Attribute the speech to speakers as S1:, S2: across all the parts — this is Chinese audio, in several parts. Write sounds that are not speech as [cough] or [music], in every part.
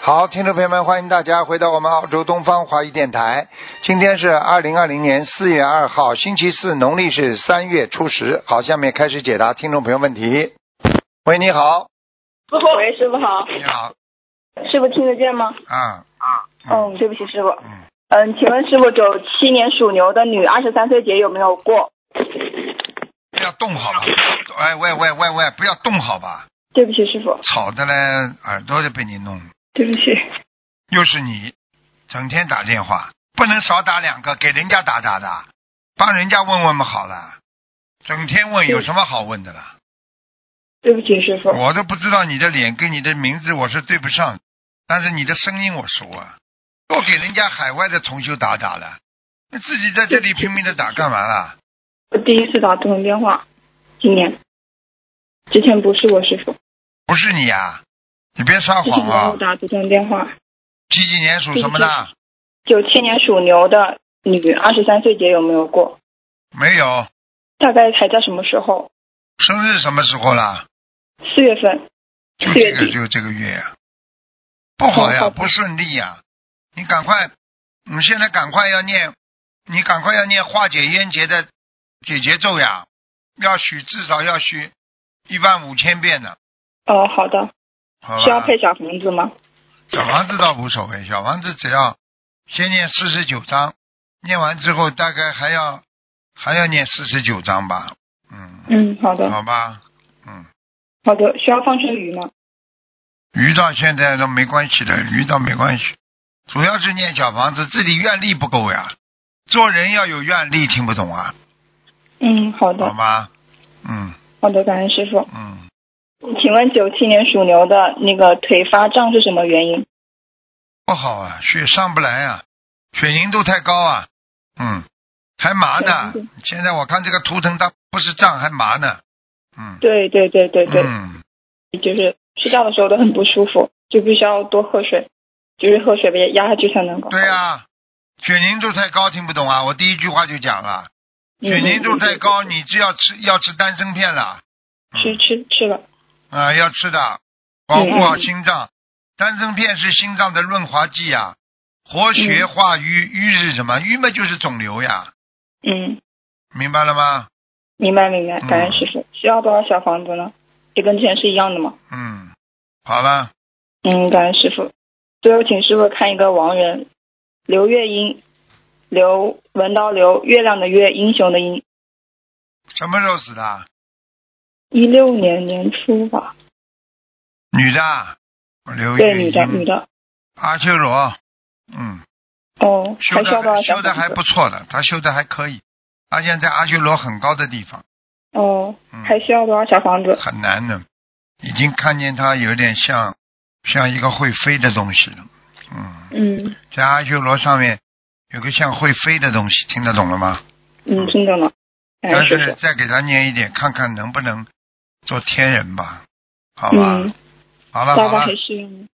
S1: 好，听众朋友们，欢迎大家回到我们澳洲东方华语电台。今天是二零二零年四月二号，星期四，农历是三月初十。好，下面开始解答听众朋友问题。喂，你好，
S2: 师傅，喂，师傅好，
S1: 你好，
S2: 师傅听得见吗？
S1: 嗯嗯
S2: 嗯，对不起，师傅。
S1: 嗯，
S2: 嗯，请问师傅，九七年属牛的女，二十三岁节有没有过？
S1: 不要动好吧？哎，喂喂喂喂，不要动好吧？
S2: 对不起，师傅，
S1: 吵的嘞，耳朵就被你弄了。
S2: 对不起。
S1: 又是你，整天打电话，不能少打两个，给人家打打的，帮人家问问嘛好了，整天问有什么好问的啦？
S2: 对不起，师傅。
S1: [laughs] 我都不知道你的脸跟你的名字我是对不上，但是你的声音我熟啊。多给人家海外的同修打打了，那自己在这里拼命的打干嘛啦？
S2: 我第一次打这种电话，今年，之前不是我师傅，
S1: 不是你呀、你别撒
S2: 之前
S1: 谎
S2: 没 [laughs]
S1: 啊
S2: 有！打这种电话。
S1: 几几年属什么的？
S2: 九七年属牛的女，二十三岁节有没有过？
S1: 没有，
S2: 大概还在什么时候？
S1: 生日什么时候啦？
S2: 四月份。
S1: 就
S2: 四
S1: 这
S2: 月
S1: 个
S2: 底
S1: 就这个月呀、不好呀，
S2: 好
S1: 不顺利呀，你赶快，你现在赶快要念，你赶快要念化解冤结的解结咒呀，要许至少要许一万五千遍呢，
S2: 哦，好的。
S1: 好
S2: 需要
S1: 吧？
S2: 配小房子吗？
S1: 小房子倒无所谓，小房子只要先念四十九章，念完之后大概还要还要念四十九章吧，嗯，
S2: 嗯，好的，
S1: 好吧，嗯。
S2: 好的。需要放生鱼吗？
S1: 鱼到现在都没关系的，鱼倒没关系，主要是念小房子，自己愿力不够呀。做人要有愿力，听不懂啊？
S2: 嗯，好的
S1: 好。吗？嗯
S2: 好的，感恩师傅。
S1: 嗯，
S2: 请问九七年属牛的那个腿发胀是什么原因？
S1: 不好啊，血上不来啊，血凝度太高啊，嗯，还麻呢
S2: 血凝。
S1: 现在我看这个图腾，它不是胀还麻呢，嗯
S2: 对对对对对，
S1: 嗯，
S2: [laughs] 就是睡觉的时候都很不舒服，就必须要多喝水，就是喝水被压下去才能够。
S1: 对啊，血凝度太高，听不懂啊？我第一句话就讲了，
S2: 嗯，
S1: 血凝度太高，
S2: 嗯
S1: 你就要吃要吃丹参片了。嗯
S2: 吃吃吃了。
S1: 啊、要吃的，保护好心脏。丹参片是心脏的润滑剂呀、
S2: 嗯
S1: 活血化瘀。瘀是什么？瘀嘛就是肿瘤呀，
S2: 嗯，
S1: 明白了吗？
S2: 明白明白，
S1: 嗯
S2: 感恩师傅。需要多少小房子呢？也跟之前是一样的吗？
S1: 嗯，好了，
S2: 嗯，感恩师傅。最后请师傅看一个亡人，刘月英，刘文刀刘，月亮的月，英雄的英，
S1: 什么时候死的？
S2: 一六年年初吧。
S1: 女的，刘
S2: 对，
S1: 月
S2: 女
S1: 英，
S2: 的女的。
S1: 阿修罗，嗯，
S2: 哦，
S1: 修
S2: 还需要多
S1: 的修
S2: 少小
S1: 的
S2: 房
S1: 还
S2: 子
S1: 不错的，他修的还可以，他现在阿修罗很高的地方，
S2: 哦，
S1: 嗯，
S2: 还需要多少小房子？
S1: 很难的，已经看见他有点像像一个会飞的东西了，嗯。
S2: 嗯
S1: 在阿修罗上面有个像会飞的东西，听得懂了吗？
S2: 嗯，听懂了。
S1: 但
S2: 感恩师
S1: 是
S2: 傅。
S1: 再给他念一点，看看能不能做天人吧，好吧？
S2: 嗯，
S1: 好了
S2: 大
S1: 好
S2: 概
S1: 了
S2: 还是用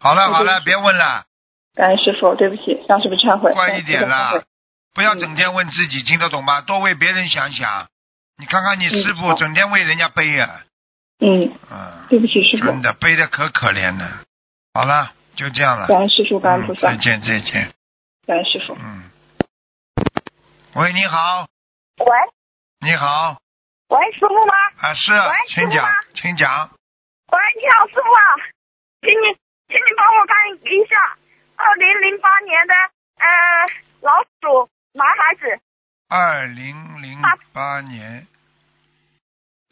S1: 好了
S2: 我
S1: 好了，
S2: 就
S1: 别问了，
S2: 感恩师傅，对不起，向师傅忏悔。
S1: 乖一点
S2: 向师
S1: 啦
S2: 父，
S1: 不要整天问自己，听得懂吗？多为别人想想。你看看你师
S2: 嗯
S1: 傅
S2: 好
S1: 整天为人家背呀、
S2: 忏悔。嗯，
S1: 嗯，
S2: 对不起，师傅。
S1: 真的背的可可怜了。好了，就这样了，
S2: 感恩师傅，感恩菩
S1: 嗯、
S2: 萨
S1: 再，见再见，
S2: 感恩师傅。
S1: 嗯。喂，你好，
S3: 喂
S1: 你好，
S3: 喂，师傅吗？
S1: 啊，是，
S3: 师
S1: 请
S3: 傅
S1: 讲
S3: 吗，
S1: 请讲。
S3: 喂，你好，师傅啊，请你，请你帮我看一下，二零零八年的呃老鼠男孩子，
S1: 二零零八年，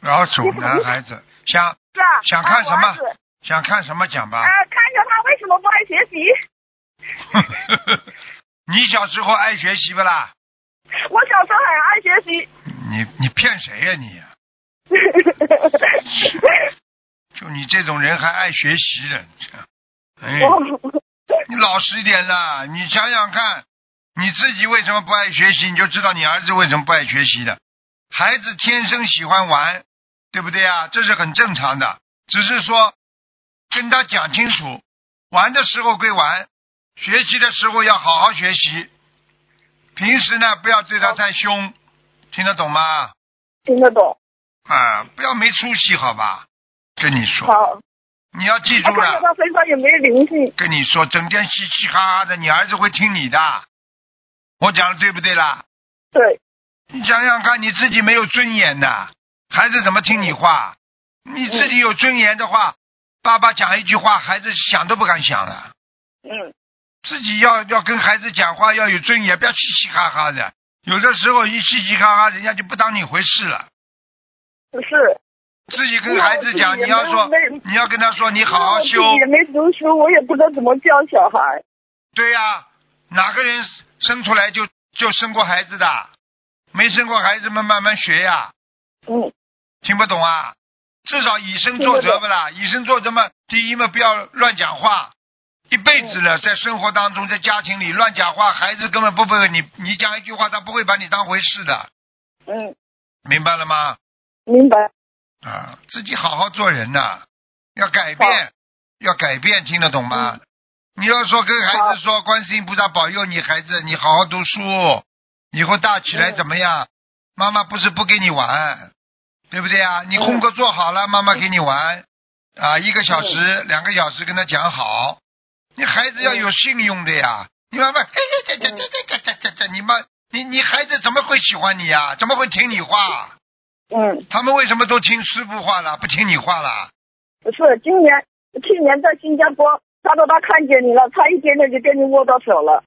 S1: 老鼠男孩子，想
S3: 是啊，
S1: 想看什么
S3: 呃我儿子
S1: 想看什么讲吧。
S3: 呃，看一下他为什么不爱学习。
S1: [laughs] 你小时候爱学习不啦？
S3: 我小时候很爱学习，
S1: 你你骗谁呀、你？啊就你这种人还爱学习的，
S2: [laughs]
S1: 哎，你老实一点啦！你想想看，你自己为什么不爱学习，你就知道你儿子为什么不爱学习的。孩子天生喜欢玩，对不对啊？这是很正常的，只是说跟他讲清楚，玩的时候归玩，学习的时候要好好学习。平时呢，不要对他太凶，听得懂吗？
S3: 听得懂。
S1: 啊，不要没出息，好吧？跟你说，
S3: 好，
S1: 你要记住
S2: 我哎看
S1: 了
S2: 看。他身上有没有灵性。
S1: 跟你说，整天嘻嘻哈哈的，你儿子会听你的。我讲的对不对啦？
S2: 对，
S1: 你想想看，你自己没有尊严的，孩子怎么听你话？你自己有尊严的话，爸爸讲一句话，孩子想都不敢想了。
S2: 嗯，
S1: 自己要要跟孩子讲话要有尊严，不要嘻嘻哈哈的。有的时候一嘻嘻哈哈，人家就不当你回事了。
S2: 不是。
S1: 自己跟孩子讲，你要说，
S2: 没有没有
S1: 你要跟他说，你好好修
S2: 因为我自己也没读书，我也不知道怎么教小孩。
S1: 对呀、哪个人生出来就就生过孩子的？没生过孩子们慢慢学呀、
S2: 嗯，
S1: 听不懂啊？至少以身作则不啦？以身作则嘛，第一嘛，不要乱讲话。一辈子了，在生活当中，在家庭里乱讲话，孩子根本不会你你讲一句话，他不会把你当回事的，
S2: 嗯，
S1: 明白了吗？
S2: 明白。
S1: 啊，自己好好做人呐、要改变，要改变，听得懂吗？你要说跟孩
S2: 嗯好
S1: 子说，观世音菩萨保佑你孩子，你好好读书，以后大起来
S2: 嗯
S1: 怎么样？妈妈不是不给你玩，对不对啊？你
S2: 嗯
S1: 功课做好了，妈妈给你玩，啊，一个小时、
S2: 嗯
S1: 两个小时跟他讲好。你孩子要有信用的呀，你妈妈，哎这这这这这这这这，你妈，你你孩子怎么会喜欢你呀、怎么会听你话？
S2: 嗯，
S1: 他们为什么都听师傅话了，不听你话了？
S2: 不是，今年去年在新加坡，他说他看见你了，差一点点就跟你握到手了，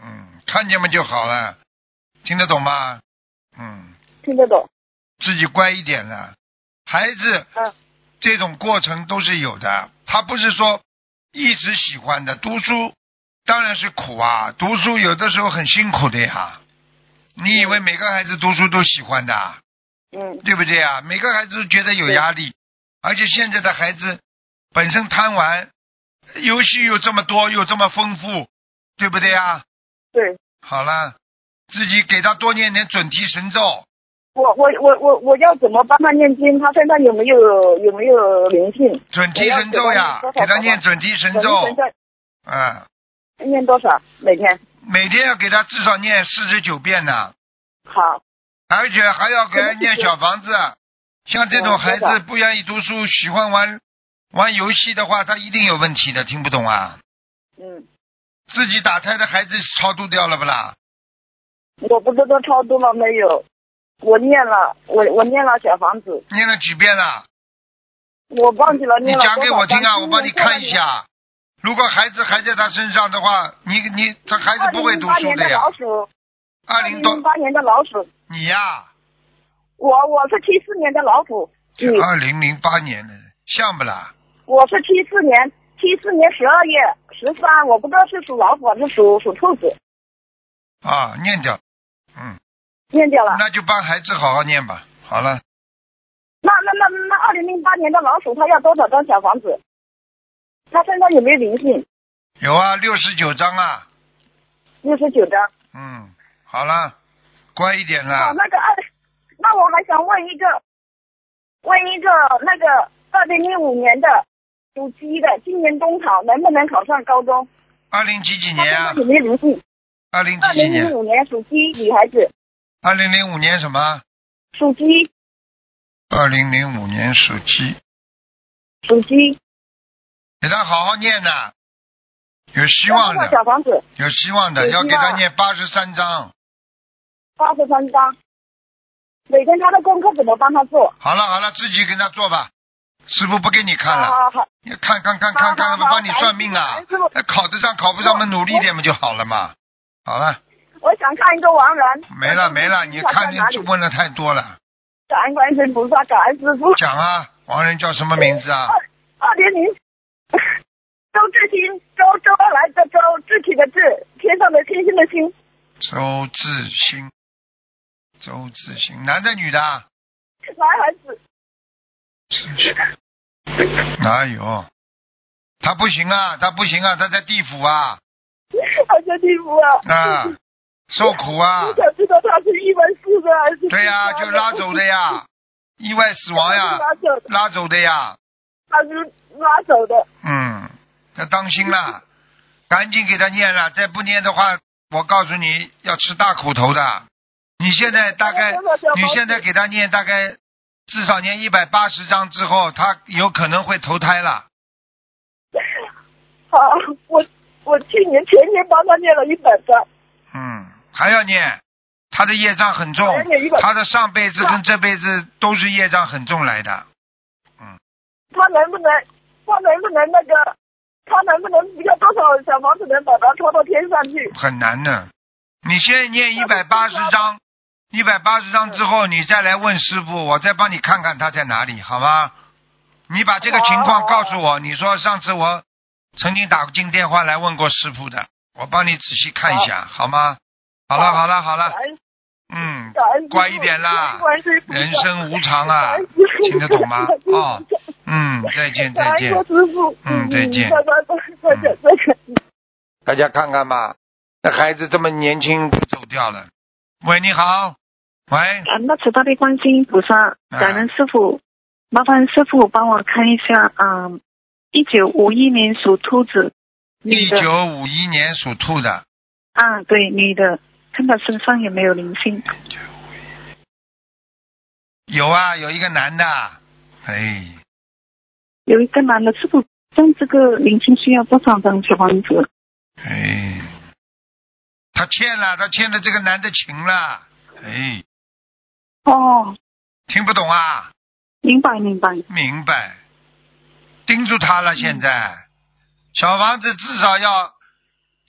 S1: 嗯，看见嘛就好了，听得懂吗？嗯，
S2: 听得懂？
S1: 自己乖一点了。孩子
S2: 嗯，
S1: 这种过程都是有的，他不是说一直喜欢的。读书当然是苦啊，读书有的时候很辛苦的呀。你以为每个孩子读书都喜欢的啊？
S2: 嗯
S1: 对不对啊？每个孩子都觉得有压力，而且现在的孩子本身贪玩，游戏又这么多，又这么丰富，对不对啊？
S2: 对。
S1: 好了，自己给他多念点准提神咒，
S2: 我我我我我要怎么帮他念经？他身上有没有有没有灵性？
S1: 准提神咒呀
S2: 我要，
S1: 给
S2: 给
S1: 他
S2: 他
S1: 念
S2: 念
S1: 啊准提神
S2: 我们
S1: 咒，
S2: 在
S1: 嗯，
S2: 念多少每天？
S1: 每天要给他至少念四十九遍呢，
S2: 好，
S1: 而且还要给他念小房子。啊像这种孩
S2: 我
S1: 子
S2: 知
S1: 不愿意读书，喜欢玩玩游戏的话，他一定有问题的，听不懂啊？
S2: 嗯，
S1: 自己打胎的孩子超度掉了不啦？
S2: 我不知道超度了没有，我念了，我我念了小房子，
S1: 念了几遍了？
S2: 我忘记了
S1: 你
S2: 念了
S1: 讲给
S2: 多
S1: 我
S2: 少
S1: 听啊，
S2: 张
S1: 我帮你看一。下。如果孩子还在他身上的话，你你他孩子
S2: 二
S1: 不
S2: 零
S1: 会
S2: 零
S1: 读
S2: 八
S1: 书
S2: 年的
S1: 呀。
S2: 老鼠，
S1: 二零
S2: 零
S1: 多，
S2: 八年的嗯老鼠，
S1: 你呀，
S2: 我我是七四年的老虎，你
S1: 二零零八年的，像不啦？
S2: 我是七四年，七四年十二月十三，我不知道是属老虎还是属属兔子，
S1: 啊，念掉，嗯，
S2: 念掉了。
S1: 那就帮孩子好好念吧。好了，
S2: 那那那那二零零八年的老鼠，它要多少张小房子？它身上有没有灵性？
S1: 有啊，六十九章啊，
S2: 六十九张。
S1: 嗯，好了，乖一点
S2: 哦
S1: 啦，。
S2: 那个二，那我还想问一个，问一个那个二零零五年的属鸡的，今年中考能不能考上高中？
S1: 二零几几
S2: 她身
S1: 年啊
S2: 上有？没有灵性？
S1: 二零
S2: 二
S1: 几几
S2: 零零
S1: 年？
S2: 五年属鸡女孩子，
S1: 二零零五年什么？
S2: 属鸡
S1: 二零零五年属鸡。
S2: 属鸡，
S1: 给他好好念呐，有希
S2: 要
S1: 望
S2: 多少
S1: 的，
S2: 小房子？
S1: 有希望的，
S2: 有希
S1: 要
S2: 望
S1: 给他念八十三章。
S2: 八十三张。每天他的功课怎么帮他做？
S1: 好了好了，自己跟他做吧，师傅不给你看了，
S2: 啊好好好，
S1: 你看看看看看，
S2: 好好
S1: 不
S2: 好
S1: 帮你算命
S2: 感
S1: 啊
S2: 恩师父？
S1: 那考得上考不上嘛，
S2: 我
S1: 努力一点不就好了嘛？好了，
S2: 我想看一个亡人。
S1: 没了没了，你看
S2: 你
S1: 你问的太多了，
S2: 感恩观世音菩萨，感恩师傅。
S1: 讲啊，王人叫什么名字啊？
S2: 二二零 [laughs] 零，周志新，周周恩来的周，志体的志，天上的星星的星，
S1: 周志新，周志新，男的女的啊？
S2: 男孩子。 [laughs]
S1: 真是哪有？哎他不行啊，他不行啊，他在地府啊。
S2: 好像地府啊！
S1: 啊，受苦啊
S2: 我，想知道他是意外死的还是
S1: 对呀、
S2: 自杀
S1: 就拉走的呀，意外死亡呀，
S2: 拉走的，
S1: 拉走的呀，
S2: 他是拉走的。
S1: 嗯，要当心啦，赶紧给他念了，再不念的话，我告诉你要吃大苦头的。你现在大概，你现在给他念大概至少念一百八十章之后，他有可能会投胎了，
S2: [laughs]
S4: 啊，我我去年前年帮他念了一本的，
S1: 嗯，还要念，他的业障很重
S4: 还要念一，本
S1: 他的上辈子跟这辈子都是业障很重来的。
S4: 他能不能，他能不能那个，他能不能要多少小房子能把他拖到天上去？
S1: 很难的。你先念一百八十章，一百八十章之后，你再来问师傅，我再帮你看看他在哪里，好吗？你把这个情况
S4: 好
S1: 告诉我，你说上次我曾经打进电话来问过师傅的，我帮你仔细看一下，好吗？好了，
S4: 好
S1: 好了，好
S4: 感
S1: 了，
S4: 恩
S1: 嗯，
S4: 感恩师父
S1: 乖一点啦
S4: 感恩师父
S1: 人生无常啊
S4: 感恩师父
S1: 听得懂吗哦嗯，再见，再见
S4: 感。恩师傅，
S1: 嗯再见嗯
S4: 拜拜拜拜拜拜拜。
S1: 大家看看吧，那孩子这么年轻就走掉了。喂，你好，喂，
S2: 感恩大慈大悲观世音菩萨，
S1: 啊
S2: 感恩师傅，麻烦师傅帮我看一下，嗯，一九五一年属兔子，
S1: 一
S2: 女的，
S1: 九五一年属兔的，
S2: 啊，对，女的，看她身上有没有灵性，
S1: 有啊，有一个男的，哎，
S2: 有一个男的，师傅，像这个灵性需要多少张小房子？
S1: 哎，他欠了，他欠了这个男的情了，哎，
S2: 哦，
S1: 听不懂啊？
S2: 明白明白，
S1: 明白，盯住他了。现在、小房子至少要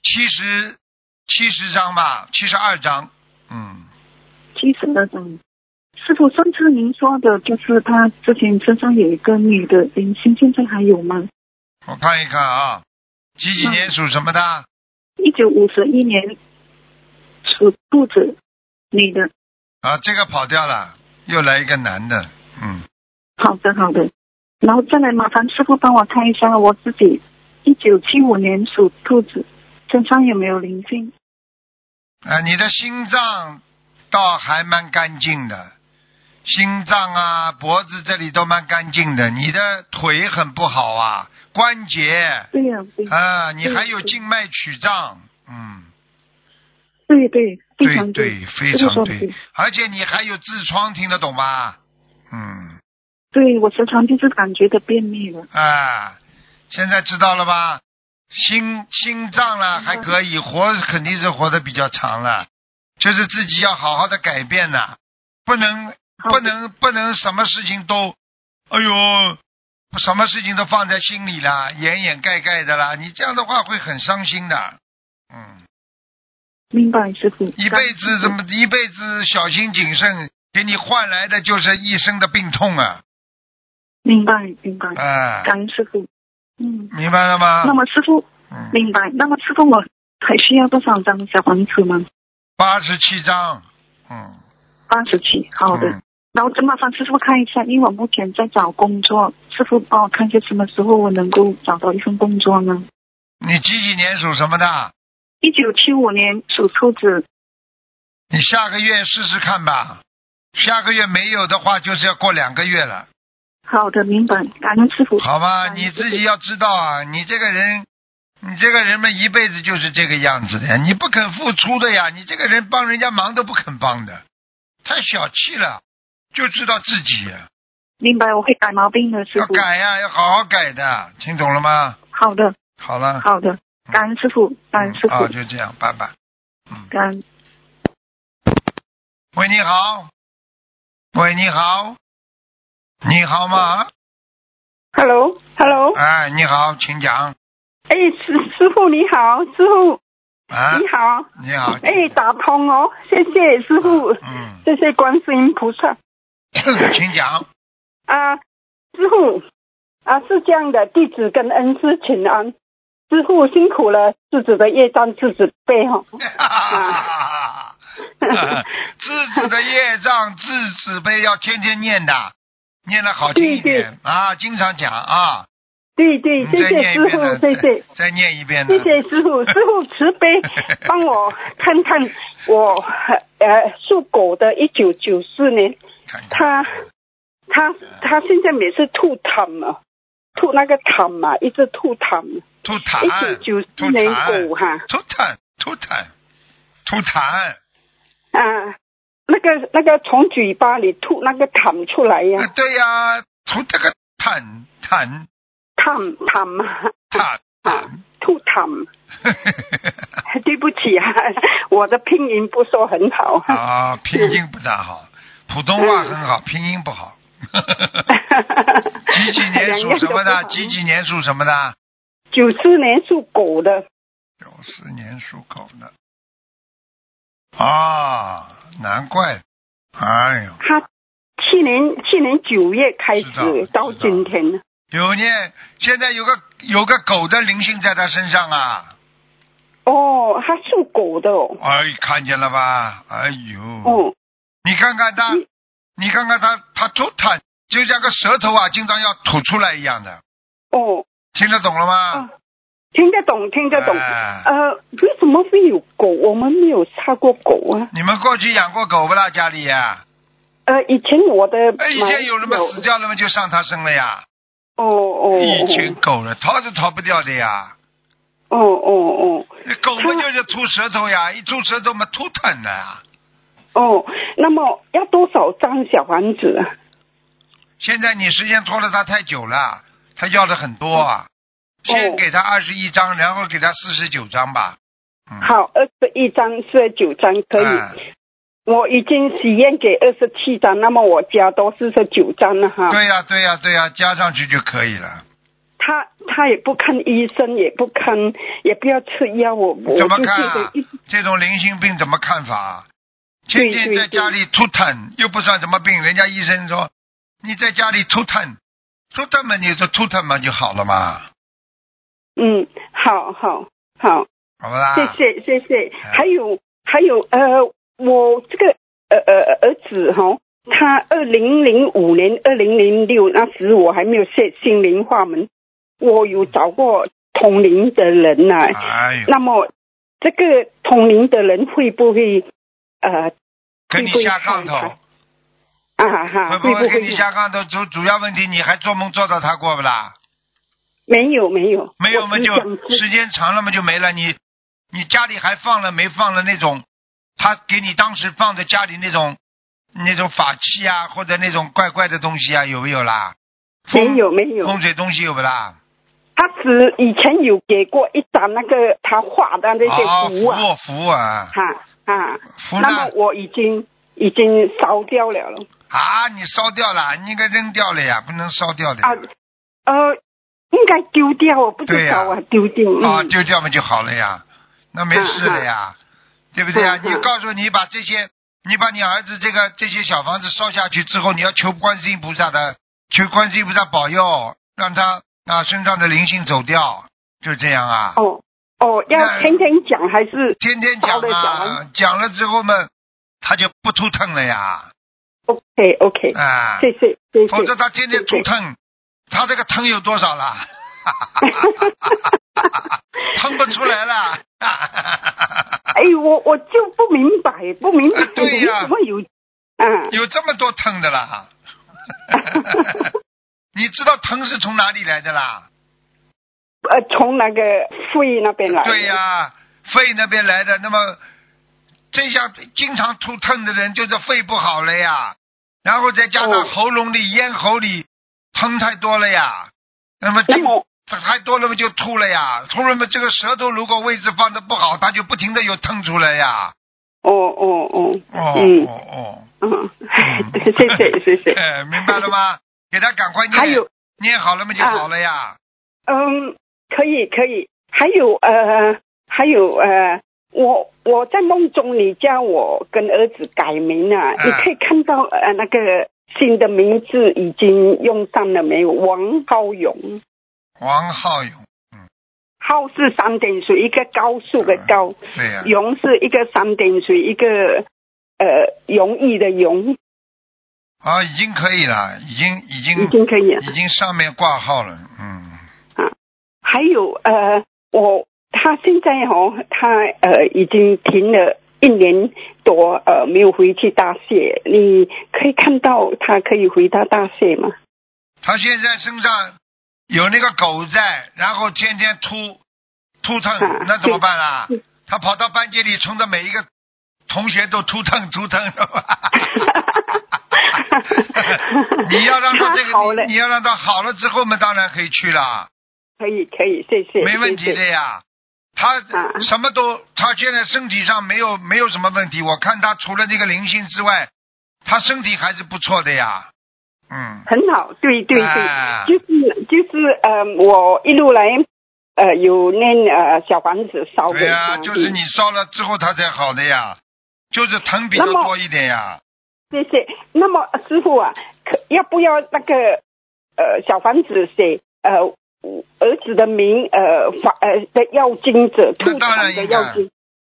S1: 七十七十张吧，七十二张，嗯。
S2: 七十二张。师傅，上次您说的就是他之前身上有一个女的灵性，现在还有吗？
S1: 我看一看啊，几几年属什么的？
S2: 一九五十一年属兔子，女的。
S1: 啊，这个跑掉了，又来一个男的，嗯，
S2: 好的，好的。然后再来麻烦师傅帮我看一下我自己，一九七五年属兔子，身上有没有灵性？
S1: 啊，你的心脏倒还蛮干净的，心脏啊、脖子这里都蛮干净的，你的腿很不好啊，关节
S2: 对呀、对、
S1: 啊，你还有
S2: 对对
S1: 静脉曲张，嗯，
S2: 对对，非
S1: 对
S2: 常
S1: 对，非
S2: 这
S1: 常
S2: 个说
S1: 对
S2: 对，
S1: 而且你还有痔疮，听得懂吗？嗯，
S2: 对我时常就是感觉到便秘了。
S1: 啊，现在知道了吧？心心脏了还可以，活肯定是活得比较长了，就是自己要好好的改变呐，不能
S2: 好
S1: 不
S2: 的，
S1: 能不能什么事情都，哎呦，什么事情都放在心里啦，掩掩盖盖的啦，你这样的话会很伤心的。嗯，
S2: 明白师傅。
S1: 一
S2: 感
S1: 辈子怎么一辈子小心谨慎，给你换来的就是一生的病痛啊！
S2: 明白明白，
S1: 啊，
S2: 感恩师傅。嗯，
S1: 明白了吗？
S2: 那么师傅
S1: 嗯，
S2: 明白，那么师傅我还需要多少张小房子吗？
S1: 八十七章，嗯。
S2: 八十七，好的。
S1: 嗯
S2: 然后再麻烦师傅看一下，因为我目前在找工作，师傅帮我看一下什么时候我能够找到一份工作呢？
S1: 你几几年属什么的？
S2: 一九七五年属兔子，
S1: 你下个月试试看吧。下个月没有的话，就是要过两个月了，
S2: 好的，明白，感恩师傅。
S1: 好吗？
S2: 嗯
S1: 啊你自己要知道啊，你这个人，你这个人们一辈子就是这个样子的呀，你不肯付出的呀，你这个人帮人家忙都不肯帮的，太小气了，就知道自己呀
S2: 明白，我会改毛病的，师
S1: 要
S2: 傅。
S1: 改呀、要好好改的，听懂了吗？
S2: 好的，
S1: 好了，
S2: 好的，感恩师傅，感恩
S1: 嗯
S2: 师傅
S1: 啊，，就这样，拜拜。
S2: 感恩。
S1: 喂，你好，喂，你好，你好吗？
S5: Hello，Hello，
S1: 哎，你好，请讲。
S5: 哎，师师傅你好，师傅、
S1: 啊，
S5: 你好，
S1: 你好，
S5: 哎，打通哦，谢谢师傅，
S1: 嗯， [coughs]
S5: 谢谢观世音菩萨
S1: 请讲。
S5: 啊，师傅啊，是这样的，弟子跟恩师请安，师傅辛苦了，自己的业障自己背哈、哦， [laughs]
S1: 啊 [laughs] 自己的业障、自己背要天天念的，念的好听一点啊，经常讲啊。
S5: 对对，
S1: 你嗯
S5: 谢
S1: 再念
S5: 谢
S1: 一
S5: 师
S1: 遍啊
S5: 傅
S1: 呢，，
S5: 谢谢。
S1: 再再念一遍呢，
S5: 谢。谢师傅，师傅慈悲
S1: [laughs]
S5: 帮我看看我呃属狗的，一九九四年，
S1: 看看
S5: 他他他现在每次吐痰嘛，吐那个痰嘛，一直吐痰。
S1: 吐
S5: 一
S1: 痰，
S5: 九九
S1: 吐
S5: 四年
S1: 痰
S5: 狗，哈
S1: 吐痰，吐痰，吐痰。哎
S5: 啊，那个那个从嘴巴里吐那个痰出来
S1: 啊
S5: 呀，
S1: 对呀，吐这个痰痰
S5: 痰痰嘛，
S1: 痰
S5: 啊
S1: 痰
S5: 吐痰。对不起啊，我的拼音不说很好。
S1: 啊，拼音不大好，普通话很
S5: [laughs]
S1: 好，拼音不好。 [laughs] 几几年属什么的？几几年属什么的？
S5: 九四年属狗的。
S1: 九四年属狗的。啊，难怪，哎呦，
S5: 他去年去年九月开
S1: 知道知
S5: 始
S1: 道
S5: 到今天，
S1: 有念，现在有个有个狗的灵性在他身上啊，
S5: 哦，他属狗的哦，
S1: 哎，看见了吧？哎呦，
S5: 哦，
S1: 你看看他
S5: 你，
S1: 你看看他，他吐痰，就像个舌头啊，经常要吐出来一样的，
S5: 哦，
S1: 听得懂了吗
S5: 啊？听得懂，听得懂。
S1: 哎
S5: 呃，为什么会有狗？我们没有杀过狗啊。
S1: 你们过去养过狗不啦？家里呀、
S5: 呃，以前我的
S1: 哎，以
S5: 马
S1: 前有人嘛死掉了嘛，就上他身了呀。
S5: 哦哦
S1: 疫情狗了，逃是逃不掉的呀。
S5: 哦哦哦
S1: 那狗不就是吐舌头呀？一吐舌头嘛，吐痰的啊呀。
S5: 哦，那么要多少张小房子啊？
S1: 嗯现在你时间拖了他太久了，他要的很多啊。
S5: 哦
S1: 先给他二十一张，然后给他四十九张吧。嗯，
S5: 好，二十一张、四十九张可以。
S1: 哎
S5: 我已经许愿给二十七张，那么我加多四十九张了哈。
S1: 对呀、对呀、对呀、加上去就可以了。
S5: 他他也不看医生，也不看，也不要吃药，我我
S1: 怎
S5: 就
S1: 么
S5: 觉
S1: 看啊
S5: 得一？
S1: 这种零星病怎么看法啊？天
S5: 对
S1: 天
S5: 对
S1: 在家里吐痰，又不算什么病，人家医生说你在家里吐痰，吐痰嘛，你就吐痰嘛就好了嘛，
S5: 嗯，好好好，
S1: 好不啦？
S5: 谢谢谢谢。
S1: 哎
S5: 还有还有呃，我这个呃呃儿子哈、
S1: 嗯
S5: 他二零零五年、二零零六那时我还没有写心灵化门，我有找过同龄的人呐、
S1: 哎呦，
S5: 那么这个同龄的人会不会呃
S1: 跟你
S5: 会不会
S1: 下杠
S5: 看
S1: 头，
S5: 他啊
S1: 会
S5: 哈？会
S1: 不会
S5: 不会
S1: 跟你下杠头？主主要问题你还做梦做到他过不啦？
S5: 没有没有
S1: 没有
S5: 我
S1: 嘛
S5: 只
S1: 就
S5: 想知
S1: 时间长了嘛就没了。你你家里还放了没放了那种，他给你当时放在家里那种那种法器啊，或者那种怪怪的东西啊，有没有啦？
S5: 没有没有，
S1: 风水东西有不啦？
S5: 他只以前有给过一张那个他画的那
S1: 哦，
S5: 些
S1: 符
S5: 符啊，
S1: 啊符啊，
S5: 哈啊，
S1: 符
S5: 那么
S1: 呢？
S5: 我已经已经烧掉了了
S1: 啊，你烧掉了，你应该扔掉了呀，不能烧掉的哎呀
S5: 啊，呃，应该丢掉，我不
S1: 对
S5: 知
S1: 呀
S5: 道啊，丢掉
S1: 啊，
S5: 嗯，
S1: 丢掉嘛就好了呀，那没事了呀，对不对呀？
S5: 嗯
S1: 你
S5: 嗯
S1: 告诉你把这些，你把你儿子这个这些小房子烧下去之后，你要求观世音菩萨的，求观世音菩萨保佑，让他啊身上的灵性走掉，就这样啊。
S5: 哦哦，
S1: 那
S5: 要天天讲还是
S1: 天天讲
S5: 好的
S1: 啊，讲了之后嘛，他就不头疼了呀，
S5: OK OK，
S1: 啊，
S5: 谢谢谢
S1: 否则
S5: 谢，
S1: 他天天头疼，他这个疼有多少啦？疼不出来了。
S5: [laughs] 哎，我我就不明白不明白
S1: 呃，对呀
S5: 为什么有啊？
S1: 有这么多疼的啦？ [laughs] 你知道疼是从哪里来的啦？
S5: 呃，从那个肺那边来。
S1: 对呀、、肺那边来的。那么这下经常吐疼的人，就是肺不好了呀，然后再加上
S5: 哦
S1: 喉咙里、咽喉里疼太多了呀，那么
S5: 那
S1: 经
S5: 么
S1: 太多了嘛就吐了呀，吐了嘛这个舌头如果位置放的不好，它就不停的有疼出来呀。
S5: 哦哦哦，
S1: 哦、
S5: 嗯
S1: 哦哦，
S5: 嗯，
S1: 嗯
S5: [laughs] 谢谢谢谢。
S1: 哎明白了吗？给他赶快念，
S5: 还有，
S1: 念好了嘛就
S5: 啊
S1: 好了呀。
S5: 嗯，可以可以，还有呃，还有呃，我我在梦中你叫我跟儿子改名啊，
S1: 啊
S5: 你可以看到呃那个新的名字已经用上了没有？王浩勇，
S1: 王浩勇，
S5: 浩是三点水一个高速
S1: 啊
S5: 的高，
S1: 对呀、
S5: 勇是一个三点水一个呃容易的容，
S1: 啊，已经可以了，已经已经
S5: 已经可以了。
S1: 已经上面挂号了，嗯，
S5: 还有呃，我他现在哦，他呃已经停了一年多，呃没有回去大谢。你可以看到他可以回到大谢吗？
S1: 他现在身上有那个狗在，然后天天吐吐疼
S5: 啊，
S1: 那怎么办啦
S5: 对？
S1: 他跑到班级里，冲着每一个同学都吐疼吐 [laughs]
S5: [laughs]
S1: 疼，你要让他这
S5: 他好
S1: 个，
S5: 了
S1: 你你要让他好了之后嘛，当然可以去了。
S5: 可以可以，谢谢，
S1: 没问题
S5: 谢
S1: 的
S5: 谢。
S1: 呀。他
S5: 啊
S1: 什么都，他现在身体上没有没有什么问题。我看他除了这个灵性之外，他身体还是不错的呀。嗯，
S5: 很好，对对对，
S1: 啊
S5: 就是就是呃，我一路来呃有念呃小房子烧给
S1: 对呀、
S5: 他
S1: 就是你烧了之后他才好的呀，就是疼比较
S5: 那么
S1: 多一点呀。
S5: 谢谢。那么师傅啊，可要不要那个呃小房子写呃我儿子的名呃法呃的要经者
S1: 那
S5: 吐
S1: 当然
S5: 痰的
S1: 应该
S5: 要经？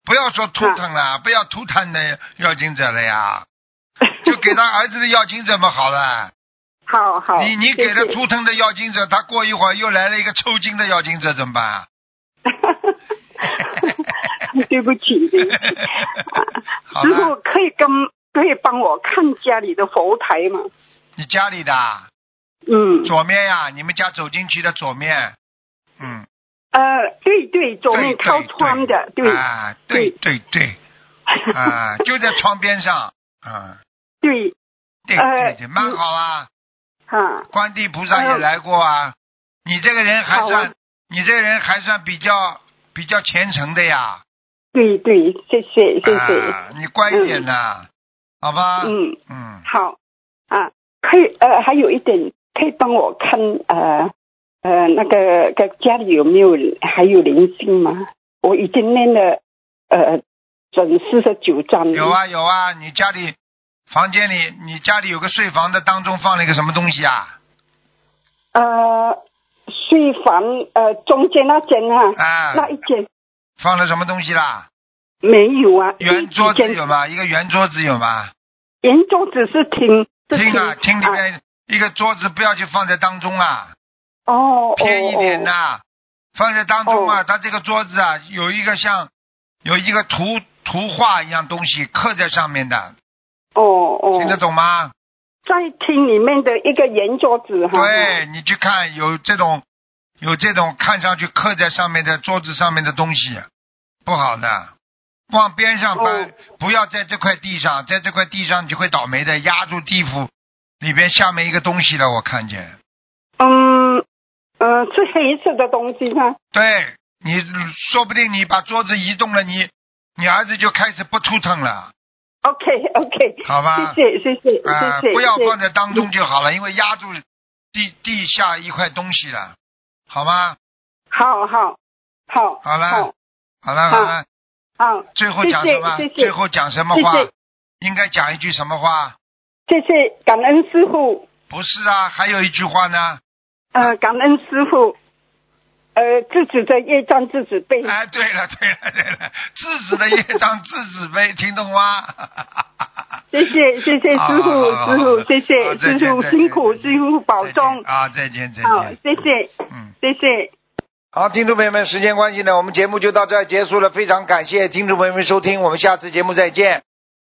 S1: 不要
S5: 啊
S1: 说图腾了，不要图腾的要经者了呀，就给他儿子的要经者嘛好了。
S5: [laughs] 好好，
S1: 你你给
S5: 谢
S1: 了
S5: 谢
S1: 图腾的要经者，他过一会儿又来了一个抽筋的要经者，怎么办？
S5: [laughs] 对不起，对不起。
S1: [laughs] 好
S5: 师傅
S1: 了，
S5: 可以跟可以帮我看家里的佛台吗？
S1: 你家里的啊
S5: 嗯，
S1: 左面呀、你们家走进去的左面，嗯，
S5: 呃，对对，左
S1: 对
S5: 面
S1: 对
S5: 靠窗的，对
S1: 啊，对对对，啊，就在窗边上，啊，
S5: [laughs] 对
S1: 对
S5: 呃
S1: 对对，蛮好啊，
S5: 啊，
S1: 观地菩萨也来过啊，你这个人还
S5: 好
S1: 算
S5: 啊，
S1: 你这个人还算比较比较虔诚的呀，
S5: 对对，谢谢谢谢，
S1: 啊，你乖一点呐、好吧，
S5: 嗯，
S1: 嗯，
S5: 好啊，可以呃，还有一点，可以帮我看呃呃那个个家里有没有还有灵性吗？我已经念了呃整四十九章了，
S1: 有啊有啊，你家里房间里，你家里有个睡房的当中放了一个什么东西啊？
S5: 呃睡房呃中间那间啊，
S1: 啊，
S5: 那一间
S1: 放了什么东西啦？
S5: 没有啊，
S1: 圆桌
S5: 一
S1: 子
S5: 间
S1: 有吗？一个圆桌子有吗？
S5: 圆桌子是厅，是
S1: 厅啊，厅里
S5: 啊
S1: 面一个桌子不要去放在当中啊，
S5: 哦，
S1: 偏一点呐、
S5: 哦
S1: 放在当中啊，
S5: 哦
S1: 它这个桌子啊有一个像有一个图图画一样东西刻在上面的，
S5: 哦哦，
S1: 听得懂吗？
S5: 在厅里面的一个圆桌子哈，
S1: 对你去看有这种有这种看上去刻在上面的桌子上面的东西，不好的，往边上搬，
S5: 哦
S1: 不要在这块地上，在这块地上你就会倒霉的，压住地府里边下面一个东西了，我看见。
S5: 嗯呃，是黑色的东西吗？
S1: 对你，说不定你把桌子移动了，你你儿子就开始不出腾了，
S5: OK OK，
S1: 好吧？
S5: 谢谢谢谢谢
S1: 啊、
S5: 谢，
S1: 不要
S5: 谢谢
S1: 放在当中就好了，因为压住地地下一块东西了，好吗？
S5: 好好好，
S1: 好了
S5: 好
S1: 好了
S5: 好
S1: 好了。
S5: 好，
S1: 最后讲什么？
S5: 谢谢谢谢
S1: 最后讲什么话？
S5: 谢谢
S1: 应该讲一句什么话？
S5: 谢谢感恩师傅，
S1: 不是啊，还有一句话呢。
S5: 呃，感恩师傅，呃，自己的业障自己背，
S1: 哎，对了，对了，对了，自己的业障自己背，听懂吗？
S5: 谢谢谢谢
S1: 好
S5: 师傅
S1: 好好好
S5: 师傅，谢
S1: 好
S5: 谢
S1: 再见
S5: 师傅
S1: 再见
S5: 辛苦
S1: 再见
S5: 师傅保
S1: 再
S5: 重
S1: 见，啊！再见，再
S5: 好
S1: 见。
S5: 谢谢
S1: 嗯，
S5: 谢谢。
S1: 好，听众朋友们，时间关系呢，我们节目就到这儿结束了。非常感谢听众朋友们收听，我们下次节目再见。